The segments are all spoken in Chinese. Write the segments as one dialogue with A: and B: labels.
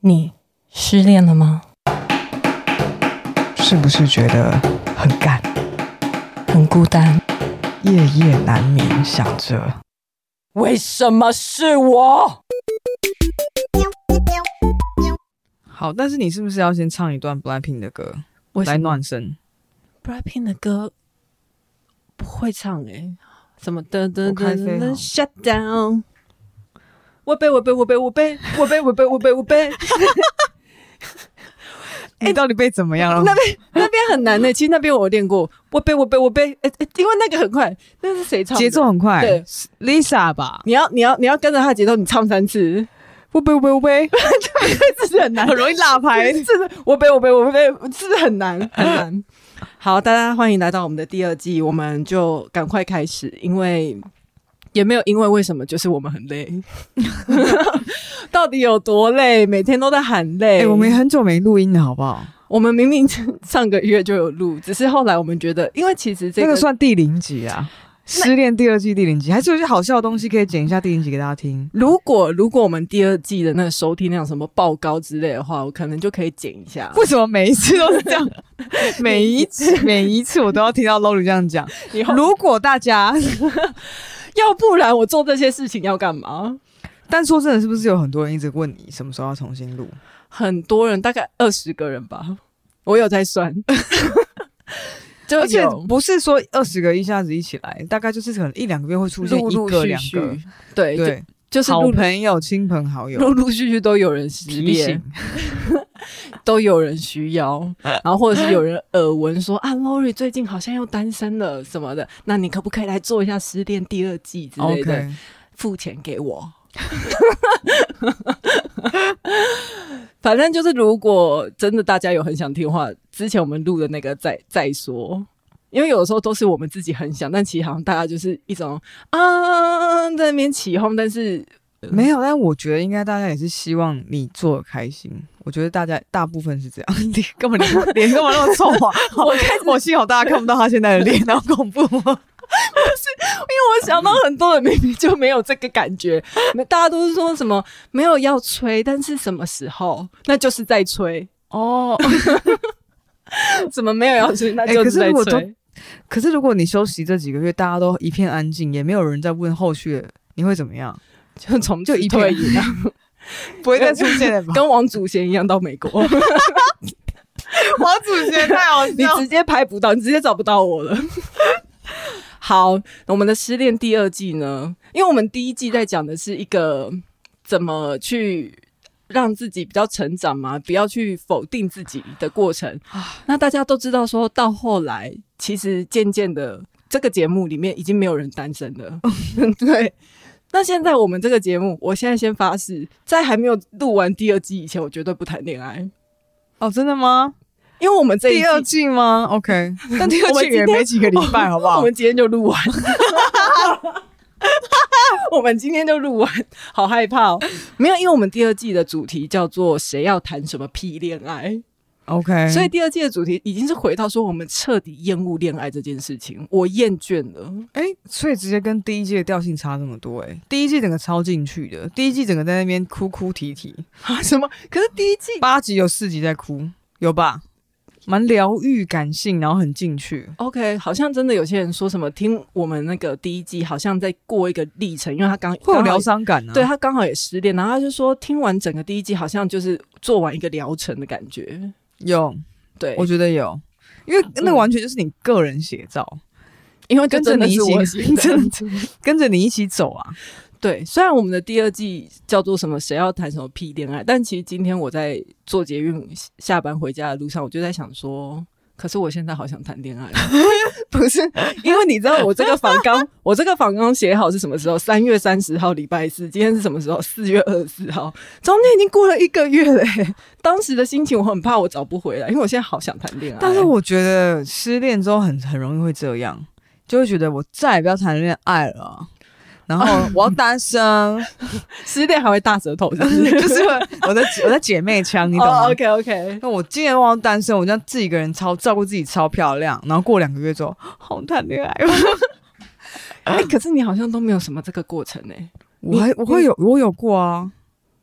A: 你失恋了吗？
B: 是不是觉得很干，
A: 很孤单，
B: 夜夜难眠，想着
A: 为什么是我？
B: 好？但是你是不是要先唱一段 BLACKPINK 的歌
C: 为
B: 来
C: 什么
B: 暖身？
C: Blackpink 的歌不会唱诶、什么的的
B: 我开
C: 的
B: 飞好
C: shut down，我背我背我背我背我背我背我背我背，
B: 你哎到底被怎么样了？
C: 那边那边很难呢、欸其实那边我有练过，我背我背我背，诶、诶因为那个很快，那是谁唱的？
B: 节奏很快
C: 对
B: 是，Lisa 吧？
C: 你要你要你要跟着他的节奏，你唱三次，
B: 不不 不不，
C: 这是很难，。
B: 很容易拉牌
C: 真的，我背我背我背，真的很 难很难。好，大家欢迎来到我们的第二季，我们就赶快开始，因为也没有因为为什么，就是我们很 累， 到底有多累？每天都在喊累。
B: 哎、我们也很久没录音了，好不好？
C: 我们明明上个月就有录，只是后来我们觉得，因为其实这
B: 那
C: 个
B: 个算第零集啊，失恋第二季第零集，还是有些好笑的东西可以剪一下第零集给大家听。
C: 如果如果我们第二季的那个收听量什么爆高之类的话，我可能就可以剪一下。
B: 为什么每一次都是这 样？每一次 每一次我都要听到 Lori 这样 讲。
C: 以后
B: 如果大家，
C: 要不然我做这些事情要干嘛？
B: 但说真的，是不是有很多人一直问你什么时候要重新录？
C: 很多人，大概二十个人吧，我有在算， 就
B: 而且
C: 有
B: 不是说二十个一下子一起来，大概就是可能一两个月会出现
C: 陆
B: 一
C: 陆
B: 个
C: 续
B: 两个
C: 续，，对，就
B: 对，
C: 就是
B: 好
C: 陆
B: 朋友、亲朋好友
C: 陆陆续续都有人失
B: 提
C: 恋
B: 醒，，
C: 都有人需要， 然后或者是有人耳闻说啊，Lori 最近好像又单身了什么的，那你可不可以来做一下失恋第二季之类的
B: OK，
C: 付钱给我。 反正就是，如果真的大家有很想听的话，之前我们录的那个再再说，因为有的时候都是我们自己很想，但其实好像大家就是一种啊在那边起哄，但是
B: 没有，但我觉得应该大家也是希望你做得开心。我觉得大家大部分是这样， 你根本脸 脸干嘛那么臭啊？我我幸好大家看不到他现在的脸，好恐 怖哦！
C: 我想到很多人明明就没有这个感觉， 没大家都是说什么没有要吹，但是什么时候那就是在吹，
B: 哦，
C: 怎么没有要吹那
B: 哎
C: 就
B: 可是
C: 在
B: 如果
C: 吹。
B: 都可是如果你休息这几个月，大家都一片安静，也没有人在问后续的，你会怎么样？
C: 就从
B: 就
C: 此
B: 一
C: 退
B: 片
C: 隐啊，
B: 不会再出现 了吧？
C: 跟王祖贤一样到美国，
B: 王祖贤太 好
C: 你直接拍不到，你直接找不到我了。 好，我们的失恋第二季呢，因为我们第一季在讲的是一个怎么去让自己比较成长嘛，不要去否定自己的过程。
B: 啊
C: 那大家都知道，说到后来，其实渐渐的，这个节目里面已经没有人单身了。
B: 哦
C: 对。那现在我们这个节目，我现在先发誓，在还没有录完第二季以前，我绝对不谈恋爱，
B: 哦，真的吗？
C: 因为我们这一
B: 第
C: 季
B: 二季吗？OK，但第二
C: 我们今
B: 季也
C: 天
B: 没几个礼 拜，好不好
C: 我？们今天就录 完，我们今天就录完，好害怕哦！没有，因为我们第二季的主题叫做“谁要谈什么屁恋爱
B: OK，”，
C: 所以第二季的主题已经是回到说我们彻底厌恶恋爱这件事情，我厌倦了。
B: 哎、所以直接跟第一季的调性差这么多哎、第一季整个超进去的，第一季整个在那边哭哭啼啼，
C: 啊，什么？可是第一季
B: 八集有四集在哭，有吧？蛮疗愈、感性，然后很进去。
C: OK，好像真的有些人说什么听我们那个第一季好像在过一个历程，因为他刚
B: 会有
C: 刚好
B: 疗伤感啊，
C: 对，他刚好也失恋，然后他就说听完整个第一季好像就是做完一个疗程的感觉。
B: 有，
C: 对，
B: 我觉得有，因为那个完全就是你个人写照，
C: 因嗯为就
B: 跟着
C: 真的
B: 你一
C: 是 我写
B: 起，
C: 的
B: 真的跟着你一起走啊。
C: 对，虽然我们的第二季叫做什么“谁要谈什么屁恋爱”，但其实今天我在做捷运下班回家的路上，我就在想说，可是我现在好想谈 恋爱哦，不是因为你知道我这个访纲， 我这个访纲写好是什么时候？三月三十号，礼拜四。今天是什么时候？四月二十四号，中间已经过了一个月嘞、当时的心情，我很怕我找不回来，因为我现在好想谈恋爱。
B: 但是我觉得失恋之后很很容易会这样，就会觉得我再也不要谈恋爱了啊，然 后我要单身。
C: 失恋还会大舌头，是不是？
B: 就是哦我的我的姐妹腔，你懂吗？
C: o k 哦 OK。
B: 那我今年忘了单身，我这样自己一个人超照顾自己超漂亮，然后过两个月之后，好谈恋爱哦。
C: 哎、可是你好像都没有什么这个过程哎、
B: 我还我会有我有过啊，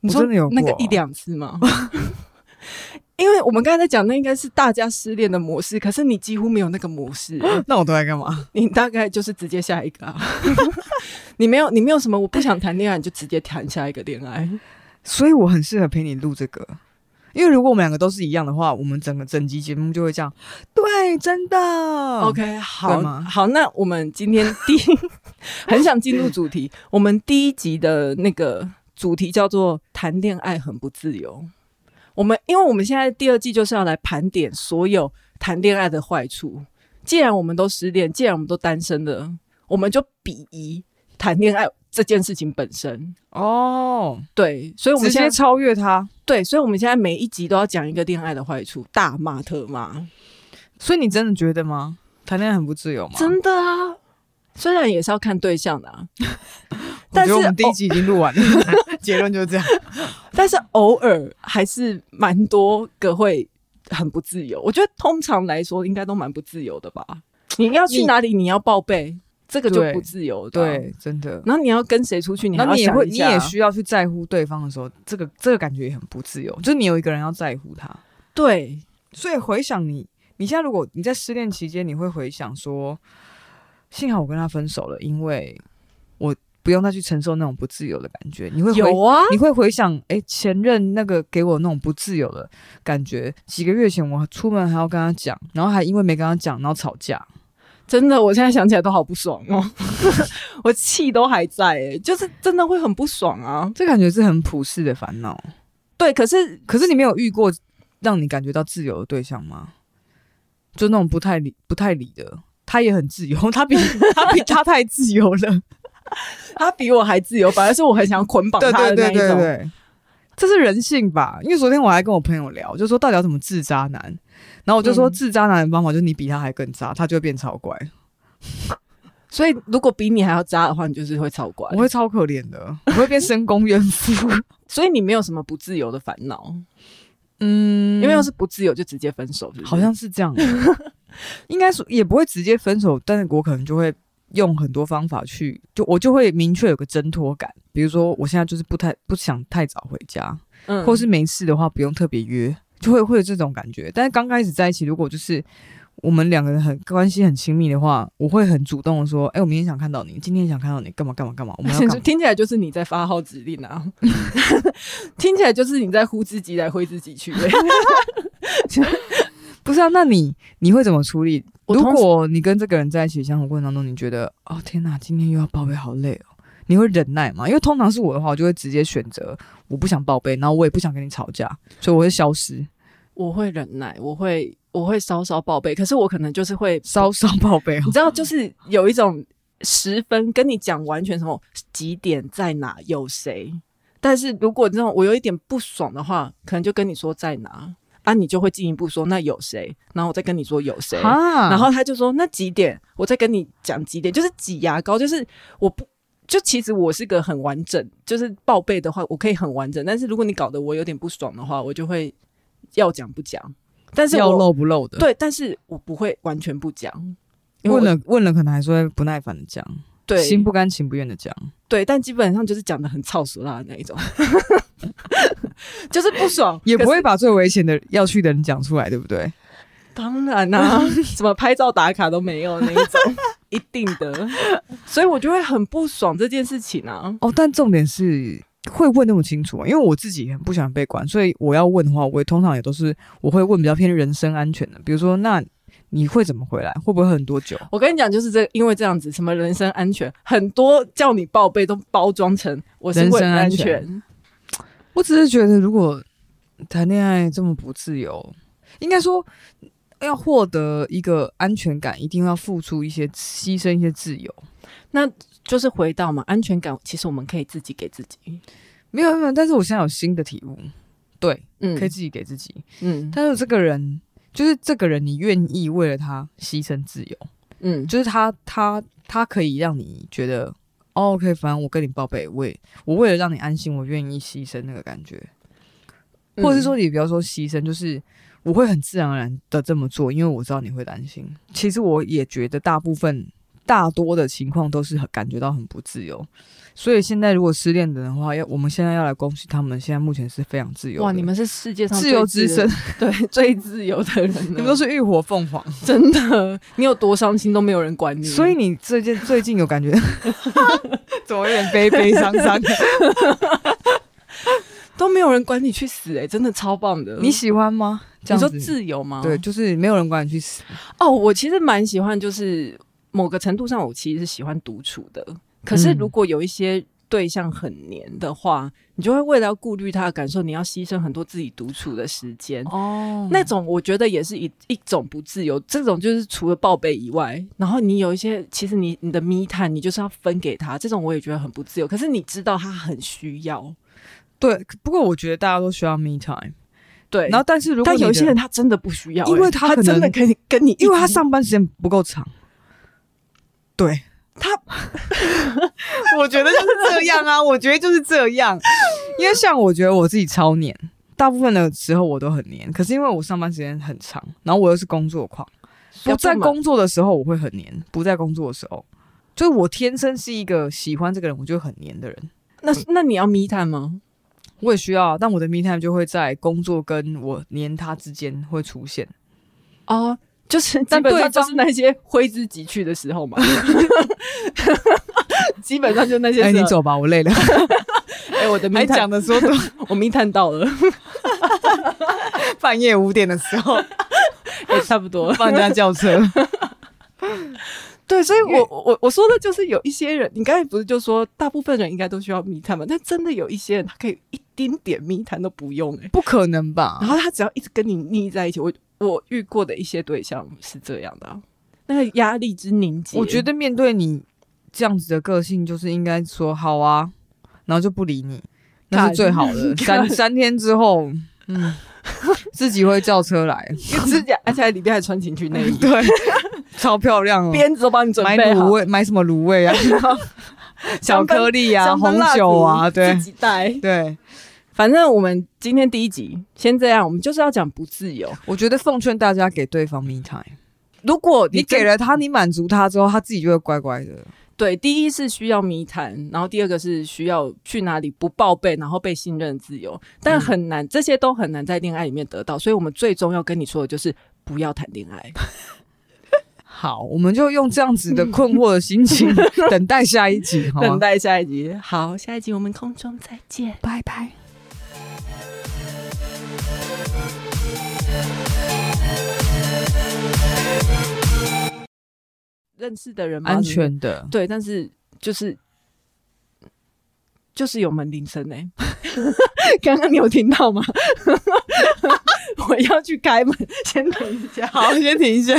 C: 你
B: 真的有
C: 那个
B: 过
C: 一
B: 啊
C: 两次吗？ 因为我们刚才在讲，那应该是大家失恋的模式，可是你几乎没有那个模 式，
B: 那我都在干嘛？
C: 你大概就是直接下一个啊。 你没有，你没有什么我不想谈恋爱，你就直接谈下一个恋爱。
B: 所以我很适合陪你录这个，因为如果我们两个都是一样的话，我们整个整集节目就会这样。对，真的。
C: OK，好
B: 吗
C: 好，那我们今天第 很想进入主题，我们第一集的那个主题叫做“谈恋爱很不自由”。我们因为我们现在第二季就是要来盘点所有谈恋爱的坏处。既然我们都失恋，既然我们都单身了，我们就鄙夷谈恋爱这件事情本身。
B: 哦，
C: 对，所以我们
B: 直
C: 现在
B: 接超越他。
C: 对，所以我们现在每一集都要讲一个恋爱的坏处，大骂特骂。
B: 所以你真的觉得吗？谈恋爱很不自由吗？
C: 真的啊，虽然也是要看对象的、 啊，
B: 我觉
C: 但
B: 得
C: 是哦
B: 我们第一集已经录完了， 结论就是这样。
C: 但是偶尔还是蛮多个会很不自由。我觉得通常来说应该都蛮不自由的吧。你要去
B: 你
C: 哪里，你要报备，这个就
B: 对
C: 不自由的啊、
B: 对，真的。
C: 然后你要跟谁出去，你还
B: 然
C: 要
B: 后你也
C: 想
B: 会，
C: 一
B: 你
C: 下
B: 也需要去在乎对方的时候，这个这个感觉也很不自由，就是你有一个人要在乎他。
C: 对
B: 所以回想你，你现在如果你在失恋期间，你会回想说，幸好我跟他分手了，因为我不用再去承受那种不自由的感觉。你会回
C: 有啊，
B: 你会回想，哎、前任那个给我那种不自由的感觉。几个月前我出门还要跟他讲，然后还因为没跟他讲，然后吵架。
C: 真的，我现在想起来都好不爽 哦， 我气都还在、欸，就是真的会很不爽啊。
B: 这感觉是很普世的烦恼。
C: 对，可是
B: 可是你没有遇过让你感觉到自由的对象吗？就那种不太理、不太理的，他也很自由， 他比他比他太自由了。
C: 他比我还自由，反而是我很想捆绑他的那一种。
B: 对，这是人性吧？因为昨天我还跟我朋友聊，就说到底要怎么治渣男，然后我就说
C: 嗯
B: 治渣男的方法就是你比他还更渣，他就会变超乖，
C: 所以如果比你还要渣的话，你就是会超乖。
B: 我会超可怜的，我会变深宫怨妇。
C: 所以你没有什么不自由的烦恼，
B: 嗯
C: 因为要是不自由就直接分手是不是
B: 好像是这样， 应该说也不会直接分手，但是我可能就会用很多方法去，就我就会明确有个挣脱感，比如说我现在就是不太不想太早回家，
C: 嗯
B: 或是没事的话不用特别约，就会会有这种感觉。但是刚开始在一起，如果就是我们两个人很关系很亲密的话，我会很主动的说，哎、我明天想看到你，今天想看到你，干嘛干嘛干嘛，我们要 干嘛？
C: 听起来就是你在发号指令 啊，听起来就是你在呼自己来挥自己 去、
B: 不是啊，那你你会怎么处理？
C: 我
B: 如
C: 通
B: 果你跟这个人在一起相处过程当中，你觉得哦天哪，今天又要报备，好累哦，你会忍耐吗？因为通常是我的话，我就会直接选择我不想报备，然后我也不想跟你吵架，所以我会消失，
C: 我会忍耐，我会我会稍稍报备，可是我可能就是会，
B: 稍稍报备哦
C: 你。知道，就是有一种十分跟你讲完全什么几点在哪有谁，但是如果这种我有一点不爽的话，可能就跟你说在哪啊，你就会进一步说那有谁，然后我再跟你说有谁，
B: 啊
C: 然后他就说那几点，我再跟你讲几点，就是挤牙膏，就是我不。就其实我是个很完整，就是报备的话，我可以很完整。但是如果你搞得我有点不爽的话，我就会要讲不讲。但是
B: 要
C: 我
B: 漏不漏的，
C: 对，但是我不会完全不讲，因为
B: 问
C: 我
B: 了问了，可能还是会不耐烦的讲，
C: 对
B: 心不甘情不愿的讲。
C: 对，但基本上就是讲的很操俗啦的那一种， 就是不爽
B: 也不。
C: 可
B: 会
C: 是
B: 把最危险的要去的人讲出来，对不对？
C: 当然 啦、什么拍照打卡都没有那一种， 一定的。所以我就会很不爽这件事情啊。
B: 哦，但重点是会问那么清楚啊，因为我自己很不喜欢被管，所以我要问的话，我也通常也都是我会问比较偏人身安全的，比如说那你会怎么回来，会不会很多久？
C: 我跟你讲，就是这，因为这样子，什么人身安全，很多叫你报备都包装成我是
B: 人
C: 为
B: 身
C: 了安
B: 安
C: 全。
B: 全我只是觉得，如果谈恋爱这么不自由，应该说要获得一个安全感，一定要付出一些牺牲一些自由。
C: 就是回到嘛，安全感其实我们可以自己给自己。
B: 没有没有，但是我现在有新的体悟，对，
C: 嗯，
B: 可以自己给自己。
C: 嗯
B: 但是这个人，就是这个人，你愿意为了他牺牲自由。
C: 嗯，
B: 就是他他他可以让你觉得、哦、，OK，反正我跟你报备，我也我为了让你安心，我愿意牺牲那个感觉，
C: 嗯
B: 或者是说你不要说牺牲，就是我会很自然而然的这么做，因为我知道你会担心。其实我也觉得大部分大多的情况都是很感觉到很不自由。所以现在如果失恋的人的话，要我们现在要来恭喜他们，现在目前是非常自由的。
C: 哇，你们是世界上
B: 自
C: 最
B: 由之 身，，
C: 对，最自由的 人了，
B: 你们都是浴火凤凰。
C: 真的，你有多伤心都没有人 管你，
B: 所以你最近最近有感觉， 怎么有点悲悲伤伤？
C: 都没有人管你去死、哎，真的超棒的。
B: 呃你喜欢吗？这
C: 你说
B: 样子
C: 自由吗？
B: 对，就是没有人管你去死。
C: 哦，我其实蛮喜欢，就是某个程度上，我其实是喜欢独处的。可是
B: 嗯
C: 如果有一些对象很黏的话，你就会为了要顾虑他的感受，你要牺牲很多自己独处的时间。
B: 哦
C: 那种我觉得也是一一种不自由，这种就是除了报备以外，然后你有一些其实你你的密探你就是要分给他，这种我也觉得很不自由。可是你知道他很需要，
B: 对，不过我觉得大家都需要 me time。
C: 对，
B: 然后，但是如果
C: 但有一
B: 你的
C: 些人他真的不需要、
B: 因为
C: 欸
B: 他
C: 他
B: 可
C: 真的
B: 能
C: 可以跟你一起，
B: 因为他上班时间不够长，对
C: 他，
B: 我觉得就是这样 啊，我觉得就是这样，因为像我觉得我自己超黏，大部分的时候我都很黏，可是因为我上班时间很长，然后我又是工作狂，不在工作的时候我会很黏，不在工作的时候，就是我天生是一个喜欢这个人我就很黏的人，
C: 那那你要密探吗？
B: 我也需要啊，但我的 me time 就会在工作跟我黏他之间会出现。
C: 哦，就是基
B: 但
C: 本
B: 对
C: 上就
B: 方
C: 是那些挥之即去的时候 嘛，基本上就那些时
B: 哎、
C: 候。
B: 你走吧，我累 了，
C: 哎、我的
B: 还
C: 密探
B: 讲，的说都
C: 我密探到了，
B: 半夜五点的时 候。
C: 哎差不多了。
B: 放人家轿车，
C: 对，所以
B: 因为
C: 我我我说的就是有一些人，你刚才不是就说大部分人应该都需要密探嘛？但真的有一些人，他可以一丁点密探都不用哎、
B: 不可能吧
C: 然？后他只要一直跟你腻在一起，我我遇过的一些对象是这样的啊、那个压力之凝结，
B: 我觉得面对你这样子的个性，就是应该说好啊，然后就不理你，那是最好 的。
C: 看
B: 三三天之后，嗯，自己会叫车来，
C: 因为指甲，而且还里面还穿情趣内衣，
B: 对， 超漂亮哦。
C: 鞭子都帮你准
B: 买
C: 备好
B: 卤，味，买什么卤 味啊？小颗粒啊，
C: 香氛
B: 红
C: 蜡烛
B: 酒啊，对
C: 自己 带。
B: 对。
C: 反正我们今天第一集先这样，我们就是要讲不自由。
B: 我觉得奉劝大家给对方 me time，
C: 如果
B: 你
C: 真
B: 给了他，你满足他之后，他自己就会乖乖的。
C: 对，第一是需要密谈，然后第二个是需要去哪里不报备，然后被信任的自由，
B: 嗯
C: 但很难，这些都很难在恋爱里面得到。所以我们最终要跟你说的就是不要谈恋爱。
B: 好，我们就用这样子的困惑的心 情等待下一集，好
C: 等
B: 吗？
C: 待下一集，好，下一集我们空中再见。
A: 拜拜。
C: 认识的人吗
B: 安全的，
C: 对，但是就是就是有门铃声哎， 刚刚你有听 到吗？我要去开门，先等一下。
B: 好，先停一下。